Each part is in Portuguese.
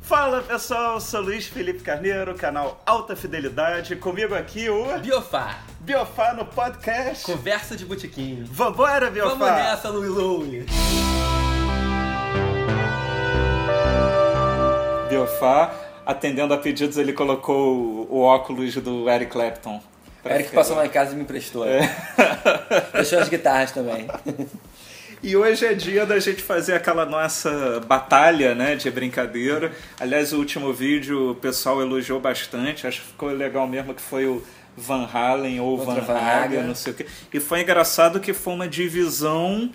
Fala pessoal, sou Luiz Felipe Carneiro, canal Alta Fidelidade. Comigo aqui o Biofá, Biofá no podcast. conversa de botiquinho. Vambora, Biofá! Vamos nessa, Louie Louie. Biofá, atendendo a pedidos, ele colocou o- o óculos do Eric Clapton. Pra Eric ficar- passou lá em casa e me emprestou. Deixou as guitarras também. E hoje é dia da gente fazer aquela nossa batalha, né, de brincadeira. Aliás, o último vídeo o pessoal elogiou bastante, acho que ficou legal mesmo que foi o Van Halen ou Contra Van Van Hagen, Hagen. não sei o quê. E foi engraçado que foi uma divisão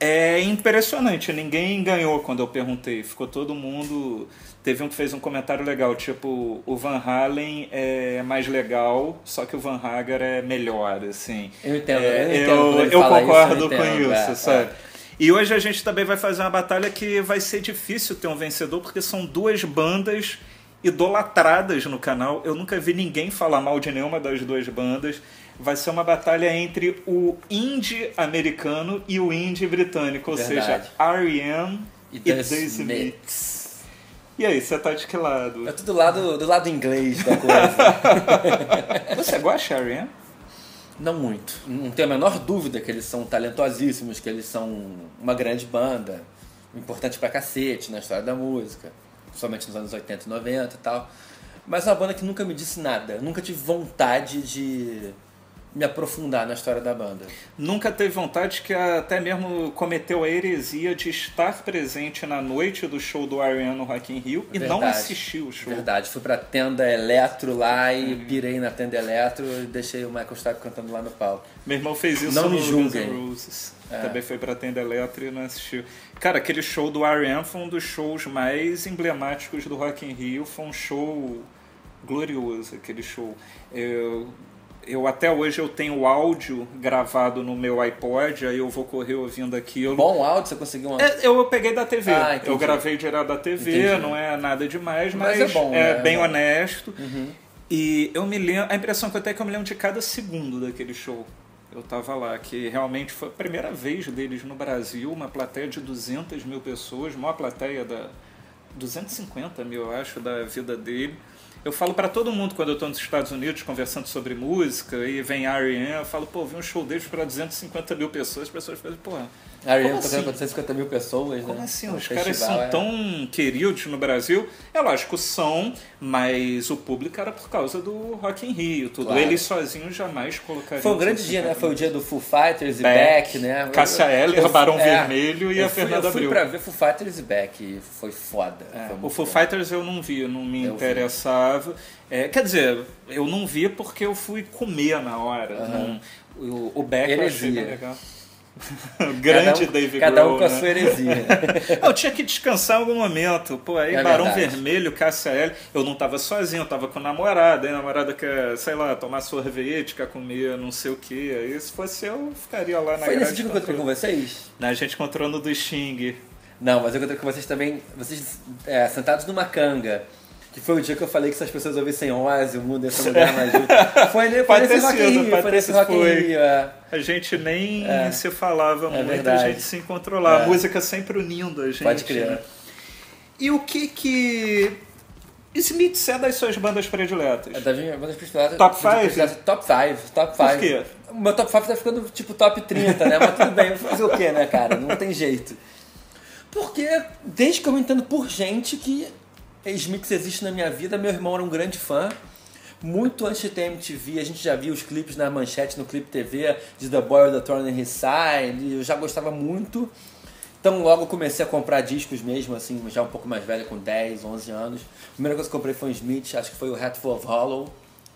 é impressionante, ninguém ganhou quando eu perguntei. Ficou todo mundo. Teve um que fez um comentário legal, tipo, o Van Halen é mais legal, só que o Van Hager é melhor, assim. Eu entendo, É, eu entendo quando ele eu fala isso, eu concordo com entendo, isso, é, sabe? E hoje a gente também vai fazer uma batalha que vai ser difícil ter um vencedor, porque são duas bandas idolatradas no canal. Eu nunca vi ninguém falar mal de nenhuma das duas bandas. Vai ser uma batalha entre o indie americano e o indie britânico, ou Verdade. seja, R.E.M. e The Smiths. Smiths. E aí, você tá de que lado? É tudo do lado, do lado inglês da coisa. Você gosta de R.E.M.? Não muito. Não tenho a menor dúvida que eles são talentosíssimos, que eles são uma grande banda, importante pra cacete na história da música, principalmente nos anos 80 e 90 e tal. Mas é uma banda que nunca me disse nada, nunca tive vontade de me aprofundar na história da banda. Nunca teve vontade que até mesmo cometeu a heresia de estar presente na noite do show do R.E.M. no Rock in Rio e não Verdade. assistiu o show. Verdade, fui pra tenda Eletro lá e Uhum. pirei na tenda Eletro e deixei o Michael Stipe cantando lá no palco. Meu irmão fez isso Não no me julguem. É. Guns N' Roses. Também foi pra tenda elétrica e não assistiu. Cara, aquele show do R.E.M. foi um dos shows mais emblemáticos do Rock in Rio. Foi um show glorioso, aquele show. Eu, eu até hoje eu tenho o áudio gravado no meu iPod, aí eu vou correr ouvindo aquilo. Bom áudio, você conseguiu uma... É, eu peguei da TV. Ah, entendi. eu gravei direto da TV, Entendi. não é nada demais, mas, Mas é bom, né? Uhum. bem honesto. E eu me lembro. A impressão que eu tenho é que eu me lembro de cada segundo daquele show. Eu tava lá, que realmente foi a primeira vez deles no Brasil, uma plateia de 200 mil pessoas, maior plateia da. 250 mil, eu acho, da vida dele. Eu falo pra todo mundo quando eu tô nos Estados Unidos conversando sobre música e vem R.E.M., eu falo, pô, vi um show deles pra 250 mil pessoas, as pessoas falam, pô, Ariana como tocando assim? pra 250 mil pessoas, né? Como assim? No Os caras festival, são é. tão queridos no Brasil? É lógico, são, mas o público era por causa do Rock in Rio, tudo. Claro. Eles sozinhos jamais colocariam... Foi um grande dia, né? Foi o dia do Foo Fighters e Beck, Beck, né? É, Cássia Eu- Eller, eu- é. Barão Vermelho e eu a fui- Fernanda Eu fui Abril. pra ver Foo Fighters e Beck e foi foda. É, Foi o muito Foo bom. Fighters eu não vi, não me Eu vi. interessava. É, quer dizer, eu não vi porque eu fui comer na hora. não- o, o Beck eu achei Heresia. bem legal. é grande cada um, David Cada um Grohl, com a né? sua heresia. Eu tinha que descansar em algum momento. Pô, aí É Barão verdade. Vermelho, Cássia L. Eu não tava sozinho, eu tava com namorada. Aí a namorada quer, sei lá, tomar sorvete, quer comer não sei o que. Aí se fosse eu, ficaria lá na foi nesse grade dia que eu encontrei com patrulha. vocês? A gente encontrou no do Xing. Não, mas eu encontrei com vocês também, vocês é, sentados numa canga. Que foi o dia que eu falei que se as pessoas ouvissem Ozzy, o mundo ia se mudar mais junto. Foi, ne- foi Pode nesse ter Rock in sido, Rio, pode foi ter nesse sido, Rock in foi. Rio. é. A gente nem se falava muito, a verdade. gente se encontrou lá. A É. música sempre unindo a gente. Pode crer. né? E o que que... Smith é das suas bandas prediletas? É da minha banda preferida. Top banda five? né? preferida, Top 5, top 5. Por quê? O meu top 5 tá ficando tipo top 30, né? Mas tudo bem, eu vou fazer o quê, né, cara? Não tem jeito. Porque, desde que eu me entendo por gente que Smix existe na minha vida, meu irmão era um grande fã. Muito antes de ter MTV, a gente já via os clipes na manchete, no Clipe TV, de The Boy with the Thorn in His Side, e eu já gostava muito. Então logo eu comecei a comprar discos mesmo, assim, já um pouco mais velho, com 10, 11 anos. A primeira coisa que eu comprei foi um Smith, acho que foi o Hatful of Hollow,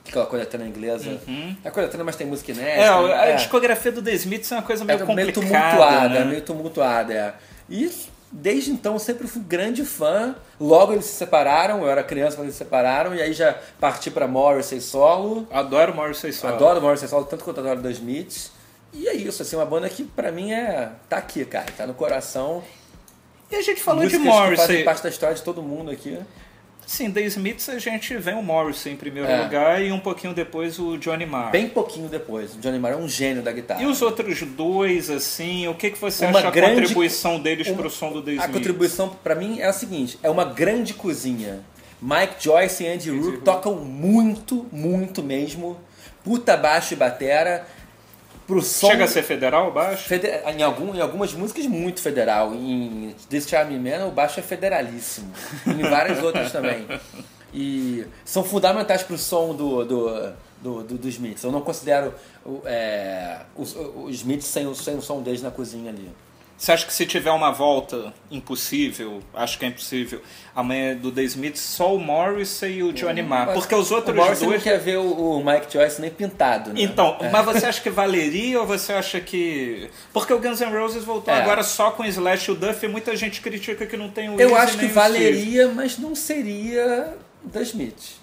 aquela coletânea inglesa. É a coletânea, mas tem música inédita. É, a né? discografia do The Smiths é uma coisa meio Era meio complicada. tumultuada, né? meio tumultuada, é. E desde então eu sempre fui grande fã. Logo eles se separaram, eu era criança quando eles se separaram, e aí já parti pra Morrissey solo. Adoro Morrissey solo. Adoro Morrissey solo, tanto quanto adoro The Smiths. E é isso, assim, uma banda que pra mim é. tá aqui, cara, tá no coração. E a gente falou de Músicas que fazem Morrissey. parte da história de todo mundo aqui. Sim, The Smiths a gente vem o Morrissey em primeiro É. lugar e um pouquinho depois o Johnny Marr. Bem pouquinho depois. O Johnny Marr é um gênio da guitarra. Ah. E os outros dois, assim, o que, que você Uma acha a grande- contribuição deles uma- pro som do The A Smiths? contribuição pra mim é a seguinte: é uma grande cozinha. Mike Joyce e Andy Rook tocam muito, muito mesmo. Puta baixo e batera. Pro som Chega a ser federal baixo? Fede- Em, algum, em algumas músicas, muito federal. Em This Charming Man, o baixo é federalíssimo. Em várias outras também. E são fundamentais pro som do, do, do, do, do Smith. Eu não considero o, é, o, o Smith sem o, sem o som deles na cozinha ali. Você acha que se tiver uma volta impossível, acho que é impossível, amanhã é do The Smith, só o Morrissey e o Johnny Marr. Porque os outros Uhum. o Morrison dois. não quer ver o, o Mike Joyce nem pintado, né? Então, mas você acha que valeria ou você acha que. Porque o Guns N' Roses voltou É. agora só com o Slash e o Duff e muita gente critica que não tem o Eu Izzy acho que nem o Steve. valeria, mas não seria da Smith.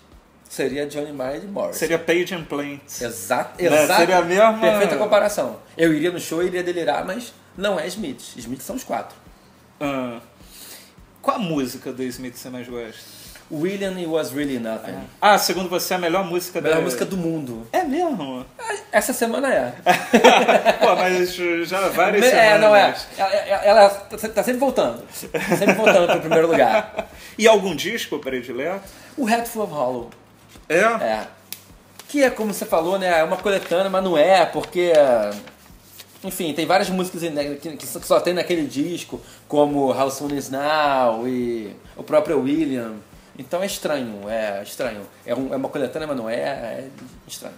Seria Johnny Mayer e Morris. Seria Page and É. Plant. Exato, Né? exato. Seria a mesma- Perfeita comparação. Eu iria no show e iria delirar, mas não é Smith. Smith são os quatro. Ah. Qual a música do Smith você mais gosta? William e Was Really Nothing. Ah, segundo você, a melhor música A melhor da- música do mundo. É mesmo? Essa semana é. Pô, mas já há várias é, semanas. não é. Ela, ela- ela tá se- tá sempre voltando. Tá sempre voltando pro primeiro lugar. E algum disco predileto? O Hatful of Hollow. É? É. Que é como você falou, né? É uma coletânea, mas não é, porque. Enfim, tem várias músicas né, que que só que só tem naquele disco, como How Soon Is Now e o próprio William. Então é estranho, é estranho. É, um- é uma coletânea, mas não é, é estranho.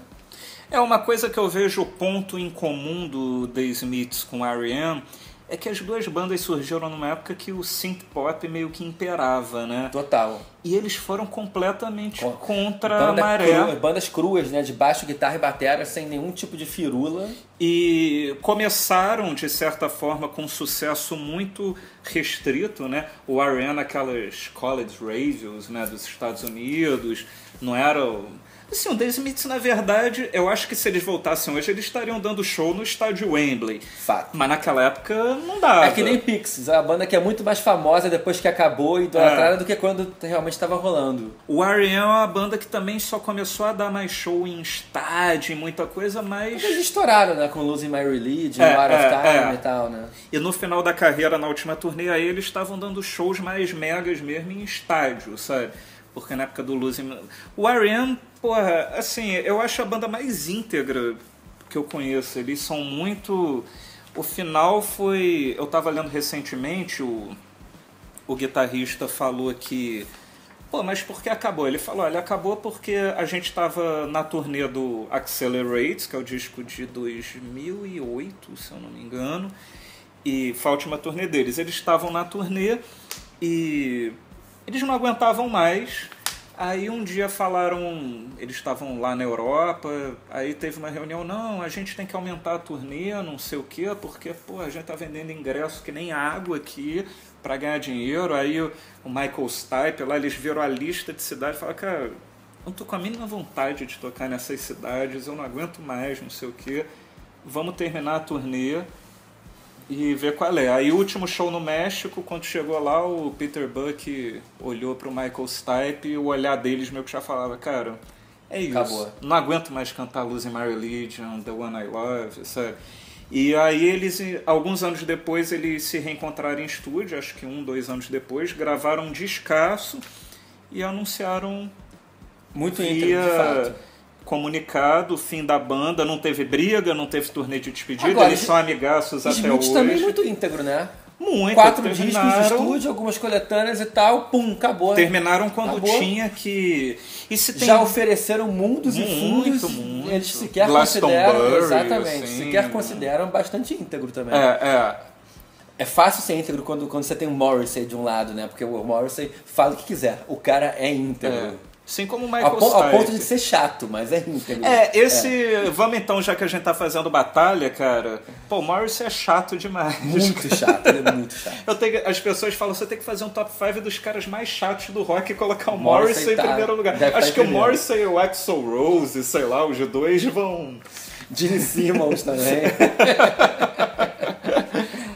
É uma coisa que eu vejo o ponto em comum do The Smiths com R.E.M. é que as duas bandas surgiram numa época que o synth pop meio que imperava, né? Total. E eles foram completamente Co- contra a Banda maré. cru- bandas cruas, né? De baixo, guitarra e batera, sem nenhum tipo de firula. E começaram, de certa forma, com um sucesso muito restrito, né? O R.E.M. naquelas college radios, né, dos Estados Unidos, não era... o- Assim, o The Smiths, na verdade, eu acho que se eles voltassem hoje, eles estariam dando show no estádio Wembley. Fato. Mas naquela época não dava. É que nem Pixies, a banda que é muito mais famosa depois que acabou e idolatrada do que quando realmente estava rolando. O R.E.M. é uma banda que também só começou a dar mais show em estádio, e muita coisa, mas... Eles estouraram, né? Com Losing My Religion, É, Out of é, Time é. e tal, né? E no final da carreira, na última turnê, aí eles estavam dando shows mais megas mesmo em estádio, sabe? Porque na época do Losing... O R.E.M., porra, assim, eu acho a banda mais íntegra que eu conheço. Eles são muito... O final foi... Eu tava lendo recentemente o... o guitarrista falou que. Pô, mas por que acabou? Ele falou: olha, acabou porque a gente estava na turnê do Accelerate, que é o disco de 2008, se eu não me engano, e foi a última turnê deles. Eles estavam na turnê e eles não aguentavam mais. Aí um dia falaram, eles estavam lá na Europa, aí teve uma reunião, não, a gente tem que aumentar a turnê, não sei o quê, porque, pô, a gente tá vendendo ingresso que nem água aqui para ganhar dinheiro. Aí o o Michael Stipe lá, eles viram a lista de cidades e falaram, cara, eu não tô com a mínima vontade de tocar nessas cidades, eu não aguento mais, não sei o quê. Vamos terminar a turnê e ver qual é. Aí o último show no México, quando chegou lá, o Peter Buck olhou pro Michael Stipe e o olhar deles meio que já falava, cara, é isso. Acabou. Não aguento mais cantar Losing My Religion, The One I Love, sabe? E aí eles, alguns anos depois, eles se reencontraram em estúdio, acho que um, dois anos depois, gravaram um descasso e anunciaram Muito íntegro, de via fato. comunicado o fim da banda. Não teve briga, não teve turnê de despedida, Agora, eles Smith- são amigaços até Smith hoje. também é muito íntegro, né? Muito. Quatro discos de terminaram- estúdio, algumas coletâneas e tal, pum, acabou. Terminaram quando Acabou. tinha que. E se tem. um- Já ofereceram mundos e Muito, fundos. muito. Eles sequer Glastonbury, consideram. Exatamente. assim, né? sequer consideram bastante íntegro também. É, é. É fácil ser íntegro quando, quando você tem o Morrissey de um lado, né? Porque o Morrissey fala o que quiser. O cara é é. íntegro. Assim como o A, Michael po- a Stipe. ponto de ser chato, mas é íntegro. É, esse. Vamos então, já que a gente tá fazendo batalha, cara. Pô, o Morris é chato demais. Muito chato, ele é muito chato. Eu tenho, as pessoas falam, você tem que fazer um top 5 dos caras mais chatos do rock e colocar o Morrissey Morrissey em tá- primeiro lugar. deve tá Acho em que o primeiro. Morrissey e o Axel Rose, sei lá, os dois vão. Gene Simmons né? também.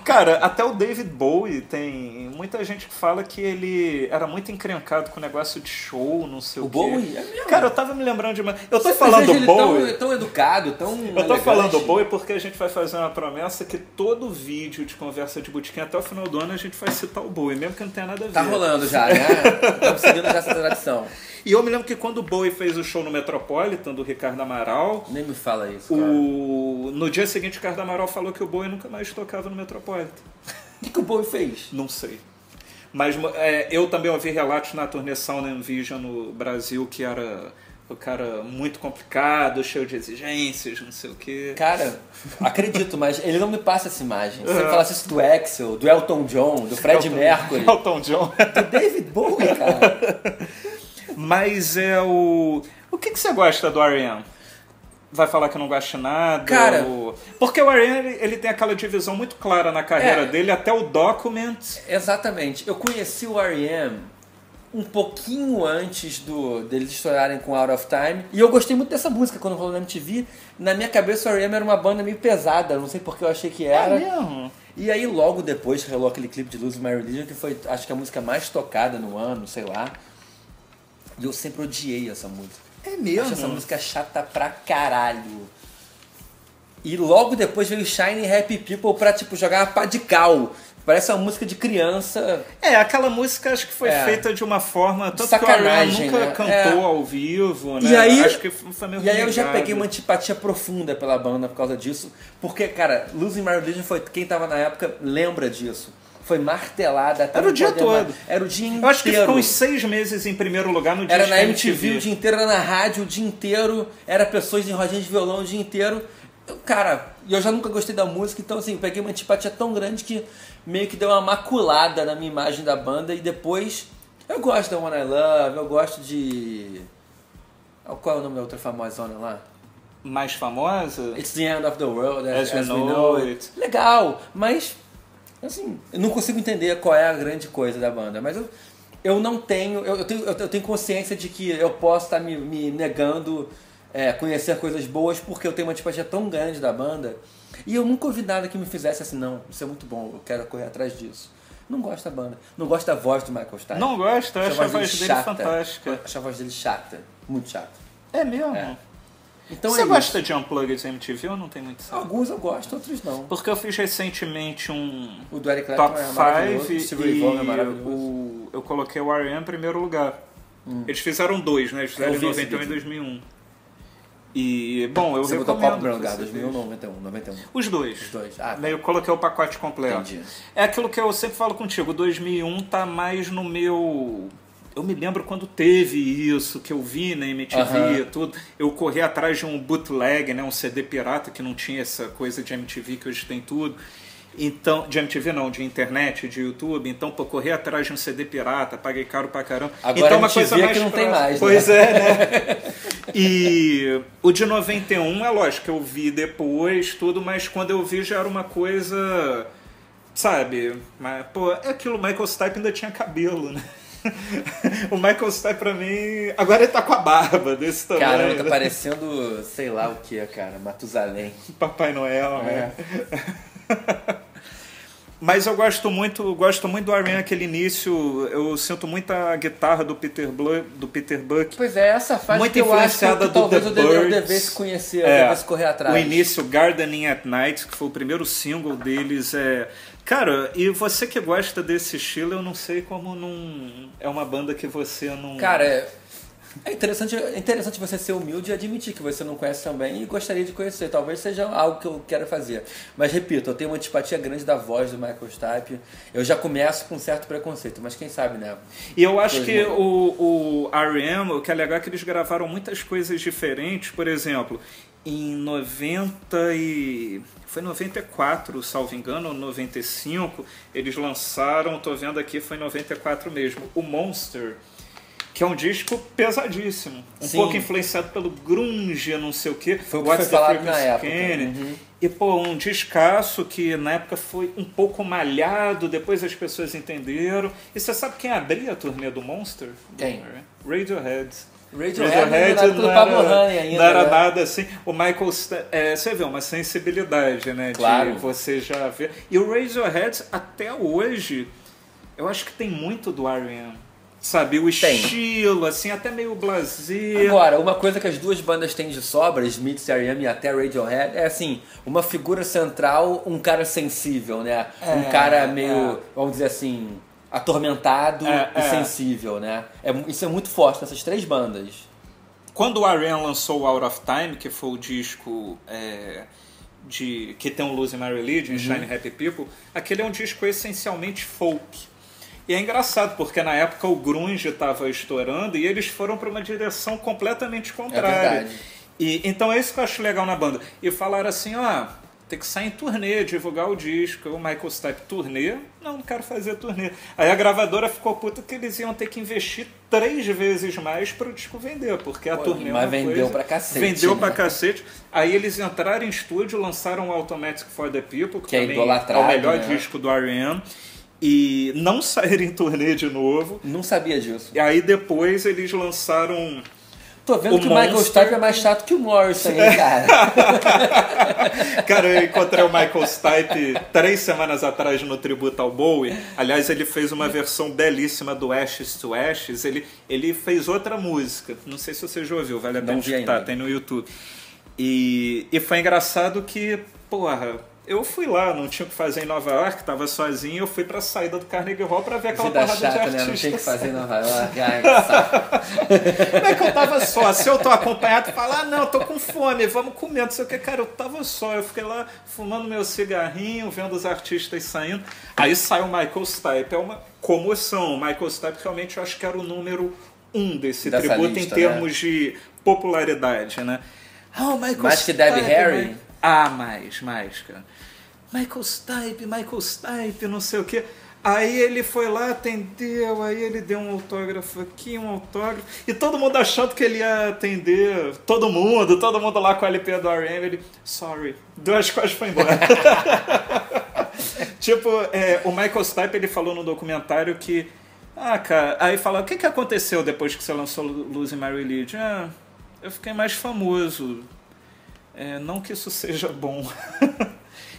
Cara, até o David Bowie tem muita gente que fala que ele era muito encrencado com o negócio de show, não sei o, O quê. Bowie? É mesmo? Cara, eu tava me lembrando de uma. Eu tô Você falando veja ele Bowie. Tão, tão educado, tão. Eu tô falando Bowie porque a gente vai fazer uma promessa que todo vídeo de conversa de botequim até o final do ano a gente vai citar o Bowie, mesmo que não tenha nada a ver. Tá rolando já, né? Estamos seguindo já essa tradição. E eu me lembro que quando o Bowie fez o show no Metropolitan do Ricardo Amaral, Nem me fala isso. Cara. o... no dia seguinte o Ricardo Amaral falou que o Bowie nunca mais tocava no Metropolitan. O que, que o Bowie fez? Não sei. Mas é, eu também ouvi relatos na turnê Sound and Vision no Brasil que era o cara muito complicado, cheio de exigências, não sei o quê. Cara, acredito, mas ele não me passa essa imagem. Se você falasse isso do Axel, do Elton John, do Fred Mercury, Elton John. do David Bowie, cara. Mas é o. O que, que você gosta do R.M.? Vai falar que não gosta de nada? Cara- ou- Porque o R.M. Ele, ele tem aquela divisão muito clara na carreira É. dele, até o Document. Exatamente. Eu conheci o R.E.M. um pouquinho antes do deles estourarem com Out of Time. E eu gostei muito dessa música quando rolou na MTV. Na minha cabeça, o R.E.M. era uma banda meio pesada. Não sei porque eu achei que era. É mesmo? E aí logo depois rolou aquele clipe de Lose My Religion, que foi acho que a música mais tocada no ano, sei lá. E eu sempre odiei essa música. É Acho essa música chata pra caralho. E logo depois veio Shiny Happy People pra tipo jogar uma pá de cal. Parece uma música de criança. É, aquela música acho que foi É. feita de uma forma. Tanto Sacanagem, que o R.M. né? nunca É. cantou ao vivo, né? E aí- acho que foi meio E aí eu já renegado. peguei uma antipatia profunda pela banda por causa disso. Porque, cara, Losing My Religion foi. Quem tava na época lembra disso. Foi martelada até Era o não dia poder mais. todo. Era o dia inteiro. Eu acho que ficou uns seis meses em primeiro lugar no Era disco na MTV o dia inteiro, era na rádio o dia inteiro, era pessoas em rodinhas de violão o dia inteiro. Eu, cara, e eu já nunca gostei da música, então assim, peguei uma antipatia tão grande que meio que deu uma maculada na minha imagem da banda e depois eu gosto da One I Love, eu gosto de. Qual é o nome da outra famosona lá? Mais famosa? It's the End of the World, As, As We as We Know Know It. It. Legal, mas assim, eu não consigo entender qual é a grande coisa da banda, mas eu, eu não tenho eu, eu tenho, eu eu tenho consciência de que eu posso estar me, me negando é, conhecer coisas boas porque eu tenho uma antipatia tão grande da banda e eu nunca ouvi nada que me fizesse assim, não, isso é muito bom, eu quero correr atrás disso. Não gosto da banda, não gosto da voz do Michael Stipe. Não gosto, eu Acho acho a voz dele fantástica. Acho a voz dele chata, muito chata. É mesmo? É. Então Você é gosta de Unplugged da MTV ou não tem muito isso. saco? Alguns eu gosto, outros não. Porque eu fiz recentemente um O do Eric Clapton Top é maravilhoso. 5 o e Steve Ray Vaughan é maravilhoso. Hum. o, eu coloquei o R.M. em primeiro lugar. Eles fizeram dois, né? Eles fizeram Eu em vi esse 91 e vídeo. 2001. E, bom, eu Você botou qual recomendo. primeiro lugar? pra vocês. 2000 ou 91? 91. Os dois. Os dois. Ah, tá. Eu coloquei o pacote completo. Entendi. É aquilo que eu sempre falo contigo, 2001 tá mais no meu... Eu me lembro quando teve isso, que eu vi na MTV e Aham. tudo. Eu corri atrás de um bootleg, né, um CD pirata que não tinha essa coisa de MTV que hoje tem tudo. Então, de MTV não, de internet, de YouTube. Então, pô, corri atrás de um CD pirata, paguei caro pra caramba. Agora então, a MTV é que não tem mais, né? Pois é, né? E o de 91, é lógico, que eu vi depois tudo, mas quando eu vi já era uma coisa. Sabe? Mas, pô, é aquilo, o Michael Stipe ainda tinha cabelo, né? o Michael Stipe pra mim. Agora ele tá com a barba desse tamanho. Caramba, tá né? parecendo sei lá o que, é, cara. Matusalém. Papai Noel, né? É. Mas eu gosto muito, gosto muito do Armin aquele início. Eu sinto muita guitarra do Peter, Blu, do Peter Buck. Pois é, essa fase Muito que eu acho que influenciada do talvez The eu, deve, eu Birds. devesse conhecer, É, eu devesse correr atrás. O início, Gardening at Night, que foi o primeiro single deles, é. Cara, e você que gosta desse estilo, eu não sei como não. É uma banda que você não. Cara, é, é interessante, é interessante você ser humilde e admitir que você não conhece também e gostaria de conhecer. Talvez seja algo que eu quero fazer. Mas repito, eu tenho uma antipatia grande da voz do Michael Stipe. Eu já começo com um certo preconceito, mas quem sabe, né? E eu acho Pois que não. o, o R.M., o que é legal é que eles gravaram muitas coisas diferentes. Por exemplo, em 90 e... Foi 94, salvo engano, ou 95. Eles lançaram, tô vendo aqui, foi 94 mesmo, o Monster. Que é um disco pesadíssimo. Um Sim. pouco influenciado pelo grunge, não sei o quê. Foi o que foi falado na época. Kennedy. Uhum. E, pô, um descasso que na época foi um pouco malhado, depois as pessoas entenderam. E você sabe quem abria a turnê do Monster? Quem? Radiohead. Radiohead era do Pablo Honey ainda, não era né? nada assim. O Michael, Sta- é, você vê, uma sensibilidade, né? Claro. De você já ver. E o Radiohead, até hoje, Eu acho que tem muito do R.E.M. Sabe, o estilo, assim, até meio blazer. Agora, uma coisa que as duas bandas têm de sobra, Smiths, R.E.M. e até Radiohead, é assim, uma figura central, um cara sensível, né? um É, cara é. meio, vamos dizer assim, atormentado É, e é. sensível, né? É mu- isso é muito forte nessas três bandas. Quando o R.E.M. lançou o Out of Time, que foi o disco é, de que tem o Losing My Religion, Shine Happy People, aquele é um disco essencialmente folk. E é engraçado, porque na época o grunge estava estourando e eles foram para uma direção completamente contrária. verdade. E, então é isso que eu acho legal na banda. E falaram assim, ó, tem que sair em turnê, divulgar o disco. O Michael Stipe, turnê? Não, não quero fazer turnê. Aí a gravadora ficou puta que eles iam ter que investir três vezes mais pro disco vender, porque a Pô, turnê... é mas uma vendeu coisa- pra cacete, Vendeu né? pra cacete. Aí eles entraram em estúdio, lançaram o Automatic for the People, que, Que é também é idolatrado, o melhor né? disco do R.E.M., e não saíram em turnê de novo. Não sabia disso. E aí depois eles lançaram Tô vendo O que o Michael Monster- É Stipe é mais chato que o Morrison, hein, cara? Cara, eu encontrei o Michael Stipe três semanas atrás no tributo ao Bowie. Aliás, ele fez uma versão belíssima do Ashes to Ashes. Ele, ele fez outra música. Não sei se você já ouviu, vale a Não pena vi escutar, ainda. tem no YouTube. E, e foi engraçado que, porra, eu fui lá, não tinha o que fazer em Nova York, tava sozinho, eu fui pra saída do Carnegie Hall pra ver aquela Vida porrada de chata, né? artistas. Não tinha o que fazer em Nova York. Ai, que saco. Como é que eu tava só? Se eu tô acompanhado, falar, ah, não, tô com fome, vamos comer, não sei o que, cara, eu tava só. Eu fiquei lá fumando meu cigarrinho, vendo os artistas saindo. Aí sai o Michael Stipe, é uma comoção. O Michael Stipe realmente eu acho que era o número um desse Dessa tributo em lista, né? termos de popularidade, né? Ah, o Michael Mais que Debbie Stipe, Harry? mas- Ah, mais, mais, cara. Michael Stipe, Michael Stipe, não sei o quê. Aí ele foi lá, atendeu, aí ele deu um autógrafo aqui, um autógrafo. E todo mundo achando que ele ia atender todo mundo, todo mundo lá com a LP do R.M. Ele, sorry, deu as costas e foi embora. tipo, é, o Michael Stipe, ele falou no documentário que... Ah, cara, aí fala, o que, que aconteceu depois que você lançou Losing My Religion? Ah, eu fiquei mais famoso. É, não que isso seja bom.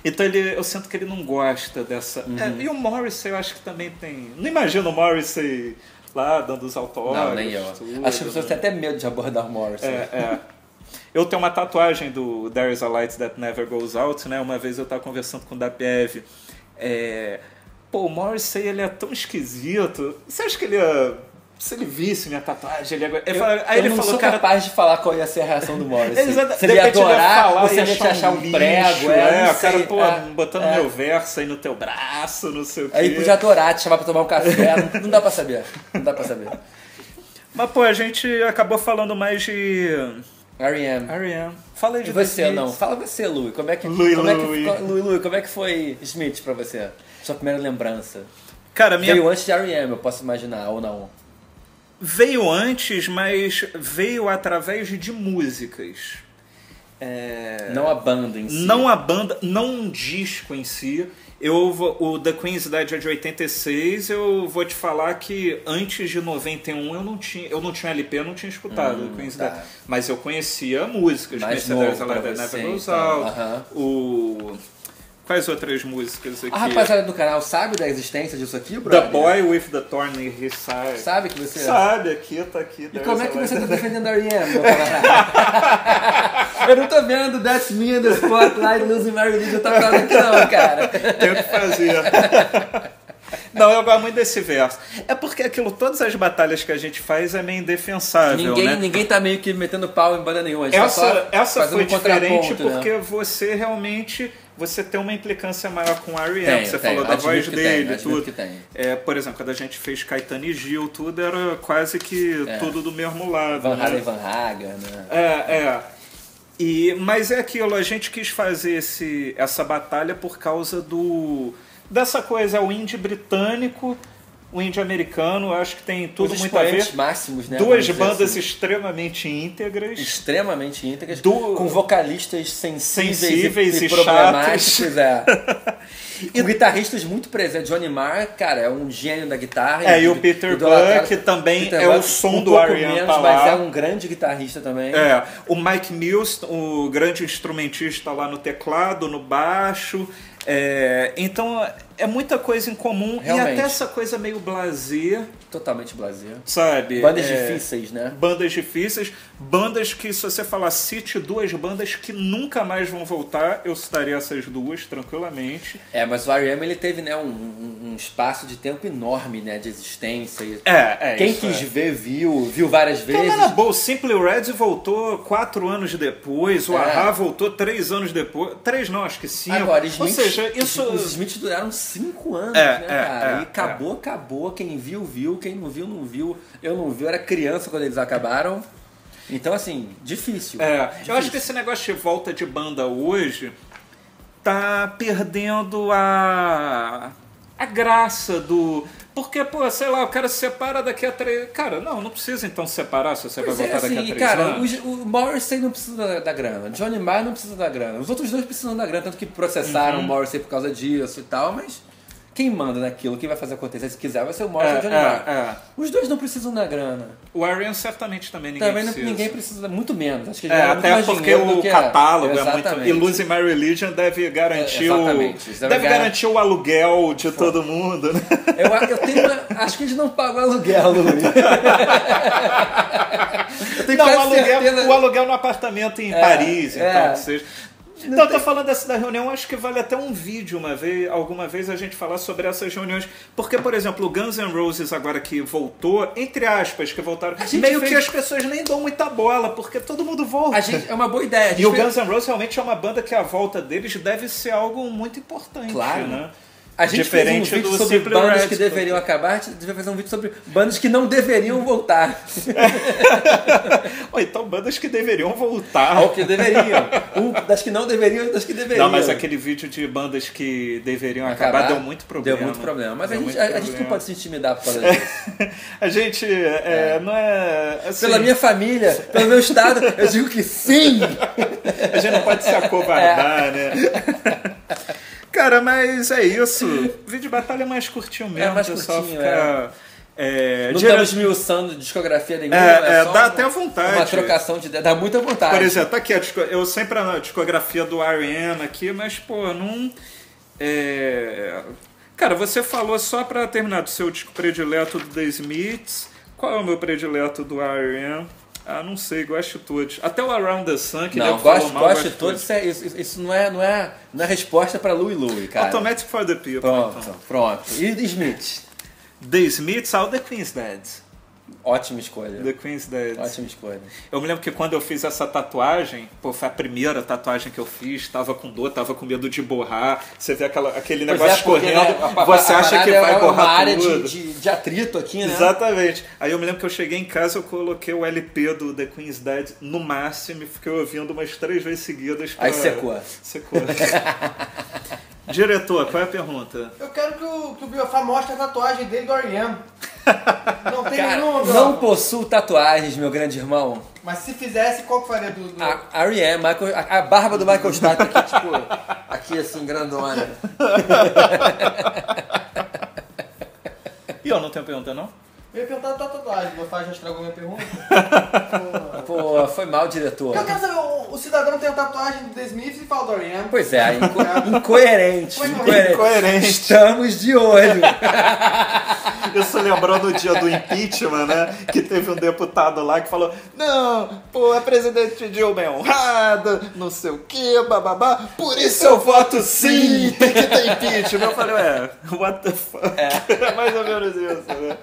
então ele, eu sinto que ele não gosta dessa. Uhum. É, e o Morrissey eu acho que também tem. Não imagino o Morrissey lá dando os autógrafos. Não, nem eu. tudo, Acho que as pessoas né? têm até medo de abordar o né? Morrison. É, é. Eu tenho uma tatuagem do There is a Light That Never Goes Out, né? Uma vez eu tava conversando com o Dapiev. É... Pô, o Morrissey, ele é tão esquisito. Você acha que ele ia... Se ele visse minha tatuagem, ele ia... Ele fala- Aí eu ele não falou, sou cara... capaz de falar qual ia ser a reação do Morrison. Exato. Se De ele ia repente ele adorar, falar, ou se ia ele ia te achar um lixo, prego. É, não o cara, sei, pô, é, botando é. meu verso aí no teu braço, não sei o quê. Aí podia adorar, te chamar pra tomar um café. não, não dá pra saber. Não dá pra saber. Mas, pô, a gente acabou falando mais de... R.E.M. Ariane. Fala aí E de você, The não? Smiths. Fala você, Lu. Como é que, Lui, como é que, Lui. ficou- Lui, Lui, como é que foi Smith pra você? Sua primeira lembrança. Cara, minha Veio antes de R.E.M., eu posso imaginar, ou não. veio antes, mas veio através de músicas. É, Não a banda em si. Não é a banda, não um disco em si. Eu vou- o The Queen's Dead é de 86, eu vou te falar que antes de 91 eu não tinha, eu não tinha LP, eu não tinha escutado The Queen's tá. Dead, mas eu conhecia músicas, Mais conhecia novo There's a Light pra That você, Never Goes então, Out, aham. o quais outras músicas aqui? A rapaziada do canal sabe da existência disso aqui, the brother? Boy with the Thorn in His Side. Sabe que você... Sabe, aqui tá aqui. E como é que você tá defendendo a R.E.M., meu cara? Eu não tô vendo That's Me in the Spotlight, Losing My Religion, tá falando aqui não, cara. Tem o que fazer. Não, eu gosto muito desse verso. É porque aquilo, todas as batalhas que a gente faz é meio indefensável, Ninguém, né? ninguém tá meio que metendo pau em banda nenhuma. A gente tá Essa, só essa fazendo foi um contraponto, diferente né? porque você realmente você tem uma implicância maior com o R.E.M. Tem, Você tem, falou da admito voz que dele, tem, admito tudo. que tem. É, por exemplo, quando a gente fez Caetano e Gil, tudo era quase que É. tudo do mesmo lado. Van né? Halen, Van Haga, né? É, é. E, mas é aquilo, a gente quis fazer esse, essa batalha por causa do dessa coisa, é o indie britânico, o indie americano, acho que tem tudo Os muito a ver. expoentes máximos, né? vamos Duas dizer bandas assim, extremamente íntegras. extremamente íntegras, Du- com vocalistas sensíveis, Sensíveis e, e problemáticos. É. Com guitarristas muito presentes. Johnny Marr, cara, é um gênio da guitarra. É, e do- o Peter idolatrado. Buck também Peter é o Buck, som um do pouco Ariane menos, Palar. Mas é um grande guitarrista também. É, o Mike Mills, o grande instrumentista lá no teclado, no baixo. É, então é muita coisa em comum e Realmente. até essa coisa meio blazer, Totalmente blazer. sabe? Bandas É, difíceis, né? Bandas difíceis, bandas que, se você falar, cite duas bandas que nunca mais vão voltar, eu citaria essas duas tranquilamente. É, mas o R.E.M. ele teve né, um, um- um espaço de tempo enorme né, de existência. e- É, é Quem isso, quis é. ver, viu. Viu várias vezes. Então, na boa, o Simply Red voltou quatro anos depois, o É. Ahá voltou três anos depois. Três não, acho que cinco. Agora, um- Ou Smith, seja, isso... os Smiths duraram cinco anos, É, né, é, cara? é, e acabou, acabou. Quem viu, viu. Quem não viu, não viu. Eu não vi. Eu era criança quando eles acabaram. Então, assim, difícil. É, Difícil. eu acho que esse negócio de volta de banda hoje tá perdendo a a graça do porque pô, sei lá, o cara se separa daqui a três, cara, não, não precisa então separar se você Pois vai é, voltar daqui a assim, três cara, anos. o, o Morrissey não precisa da, da grana, Johnny Marr não precisa da grana, os outros dois precisam da grana, tanto que processaram Uhum. o Morrissey por causa disso e tal, mas quem manda naquilo, quem vai fazer acontecer, se quiser, vai ser o Morrissey É, ou o Johnny é, Marr. é. Os dois não precisam da grana. O Arian certamente também ninguém Também não- precisa. ninguém precisa, muito menos. Acho que assim. É, já muito até mais porque dinheiro do o que catálogo é, muito. Exatamente. E Losing My Religion deve garantir É, o. exatamente. Isso deve Deve gar- garantir o aluguel de todo mundo, né? Eu, a- eu tenho uma- acho que eles não pagam aluguel, Luiz. Eu tenho Não, o quase aluguel, certeza- o aluguel no apartamento em um É, Paris, então, é. que seja. Então, eu tô falando dessa da reunião, acho que vale até um vídeo uma vez, alguma vez a gente falar sobre essas reuniões. Porque, por exemplo, o Guns N' Roses agora que voltou, entre aspas, que voltaram, gente meio que fez- as pessoas nem dão muita bola, porque todo mundo volta. A gente, é uma boa ideia. a gente E o fez- Guns N' Roses realmente é uma banda que a volta deles deve ser algo muito importante, Claro. né? A gente Diferente fez um vídeo do sobre Simple bandas Red, que deveriam acabar, a gente devia fazer um vídeo sobre bandas que não deveriam voltar. Ou então bandas que deveriam voltar. Ou que deveriam. Um, das que não deveriam e das que deveriam. Ah, Não, mas aquele vídeo de bandas que deveriam acabar, deu muito problema. Deu muito problema. Mas Deu a, gente, muito a- a gente não problema. pode se intimidar por causa disso. A gente é, não é. assim, Pela minha família, pelo meu estado, eu digo que sim! A gente não pode se acovardar, né? Cara, mas é isso. O vídeo de batalha é mais curtinho mesmo, mais pessoal curtinho, fica. é, Não de- estamos esmiuçando discografia nenhuma. É, é, só dá uma- até vontade. Uma trocação de ideia. Dá muita vontade. Por exemplo, tá aqui a disco- eu sempre a discografia do R.E.M. aqui, mas pô, não. é, Cara, você falou só pra terminar do seu disco predileto do The Smiths. Qual é o meu predileto do R.E.M.? Ah, não sei, gosto de todos. Até o Around the Sun, que não, nego falou gosto, mal, gosto de de todos. Isso, é- isso- isso não, é, não, é, não é resposta pra Louie Louie, cara. Automatic for the People. Pronto, então. pronto. E Smith? The Smiths ao The Queen's Dead. Ótima escolha. The Queen's Dead. Ótima escolha. Eu me lembro que quando eu fiz essa tatuagem, pô, foi a primeira tatuagem que eu fiz, tava com dor, tava com medo de borrar. Você vê aquela, aquele Pois negócio é, porque, escorrendo, né, a- a- você a acha que parada vai é uma borrar área tudo. de, de, de atrito aqui, né? Exatamente. Aí eu me lembro que eu cheguei em casa, eu coloquei o LP do The Queen's Dead no máximo e fiquei ouvindo umas três vezes seguidas. pra- Aí secou. Secou. Diretor, qual é a pergunta? Eu quero que o, que o Biofá mostre a tatuagem dele do Ariane. Não tem Cara, nenhum. não possuo tatuagens, meu grande irmão. Mas se fizesse, qual que faria do. do... A, a R.E.M., Michael- a, a barba do Michael Stipe aqui, tipo, aqui assim, grandona. E eu não tenho pergunta, não? Eu ia perguntar da tua tatuagem, o Biofá já estragou minha pergunta. Pô, foi mal, diretor. eu quero saber, o, o cidadão tem a tatuagem do The Smith e fala do Ariane. Pois é, inco incoerente, Foi mal. incoerente. Incoerente. Estamos de olho. Isso lembrou no dia do impeachment, né? Que teve um deputado lá que falou: Não, pô, a presidente Dilma é honrada, não sei o quê, bababá, por isso eu voto sim, tem que ter impeachment. Eu falei: Ué, what the fuck? É mais ou menos isso, né?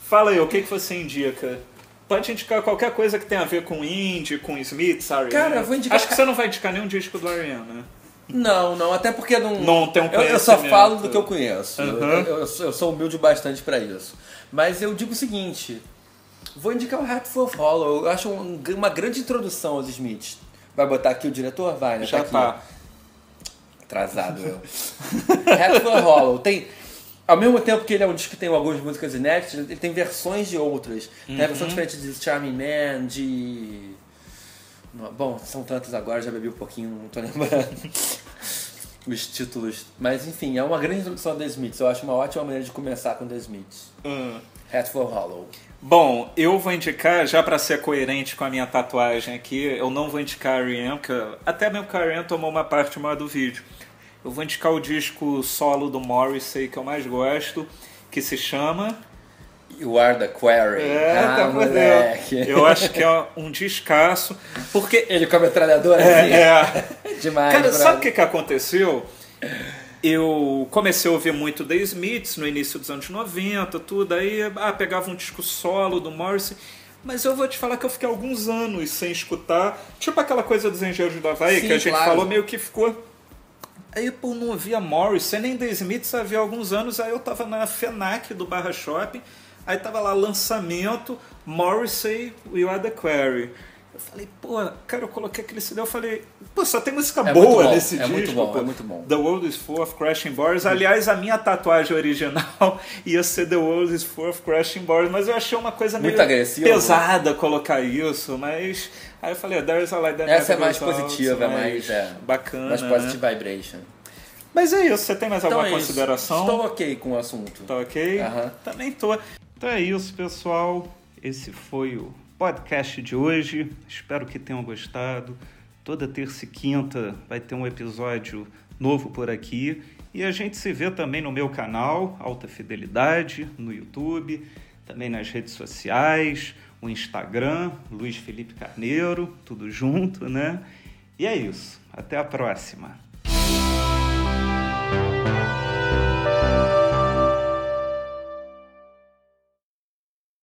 Fala aí, o que, que você indica? Pode indicar qualquer coisa que tenha a ver com indie, com Smith, Ariana. Cara, eu vou indicar- Acho que você não vai indicar nenhum disco do Ariana, né? Não, não, até porque não. Não tem um eu, eu só conhecimento. falo do que eu conheço. Eu- Uhum. Eu, eu sou- eu sou humilde bastante pra isso. Mas eu digo o seguinte: vou indicar o Hatful of Hollow. Eu acho um- uma grande introdução aos Smiths. Vai botar aqui o diretor? Vai, né? Já aqui. tá. Atrasado eu. Hatful Hollow tem. Ao mesmo tempo que ele é um disco que tem algumas músicas inéditas, ele tem versões de outras. Tem a versão diferente de Charming Man, de. Bom, são tantas agora, já bebi um pouquinho, não tô lembrando. os títulos. Mas enfim, é uma grande introdução a The Smiths. Eu acho uma ótima maneira de começar com The Smiths. Hum. Hatful Hollow. Bom, eu vou indicar, já para ser coerente com a minha tatuagem aqui, eu não vou indicar a R.E.M., porque até mesmo que a R.E.M. tomou uma parte maior do vídeo. Eu vou indicar o disco solo do Morrissey que eu mais gosto, que se chama... You are the query. É, ah, tá moleque. fodendo. Eu acho que é um descasso, porque... Ele com a metralhadora assim. é. Demais, Cara, brother. sabe o que, que aconteceu? Eu comecei a ouvir muito The Smiths no início dos anos 90, tudo, aí ah, pegava um disco solo do Morrissey, mas eu vou te falar que eu fiquei alguns anos sem escutar, tipo aquela coisa dos Engenheiros da Havaí, Sim, que a gente claro. falou, meio que ficou... Aí eu não via Morrissey, nem The Smiths havia alguns anos, aí eu tava na FENAC do Barra Shopping, aí tava lá lançamento, Morrissey, We Are The Query. Eu falei, pô, cara, eu coloquei aquele CD, eu falei, pô, só tem música É muito boa bom, nesse é disco. muito bom, pô. é muito bom. The World is Full of Crashing Bars. Aliás, a minha tatuagem original ia ser The World is Full of Crashing Bars, mas eu achei uma coisa Muito meio agressivo. pesada colocar isso, mas aí eu falei, There's a Light That Essa é Never mais Goes Out, positiva, mais, é, bacana. mais né? positive vibration. Mas é isso, você tem mais Então alguma é isso. consideração? Estou ok com o assunto. Tá ok? Aham. Também tô. Então é isso, pessoal. Esse foi o podcast de hoje. Espero que tenham gostado. Toda terça e quinta vai ter um episódio novo por aqui. E a gente se vê também no meu canal, Alta Fidelidade, no YouTube, também nas redes sociais, o Instagram, Luiz Felipe Carneiro, tudo junto, né? E é isso. Até a próxima.